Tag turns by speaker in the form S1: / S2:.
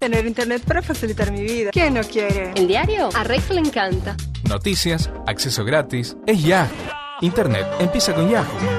S1: tener internet para facilitar mi vida. ¿Quién no quiere?
S2: El diario a Rex le encanta.
S3: Noticias, acceso gratis, es ya. Internet empieza con Yahoo.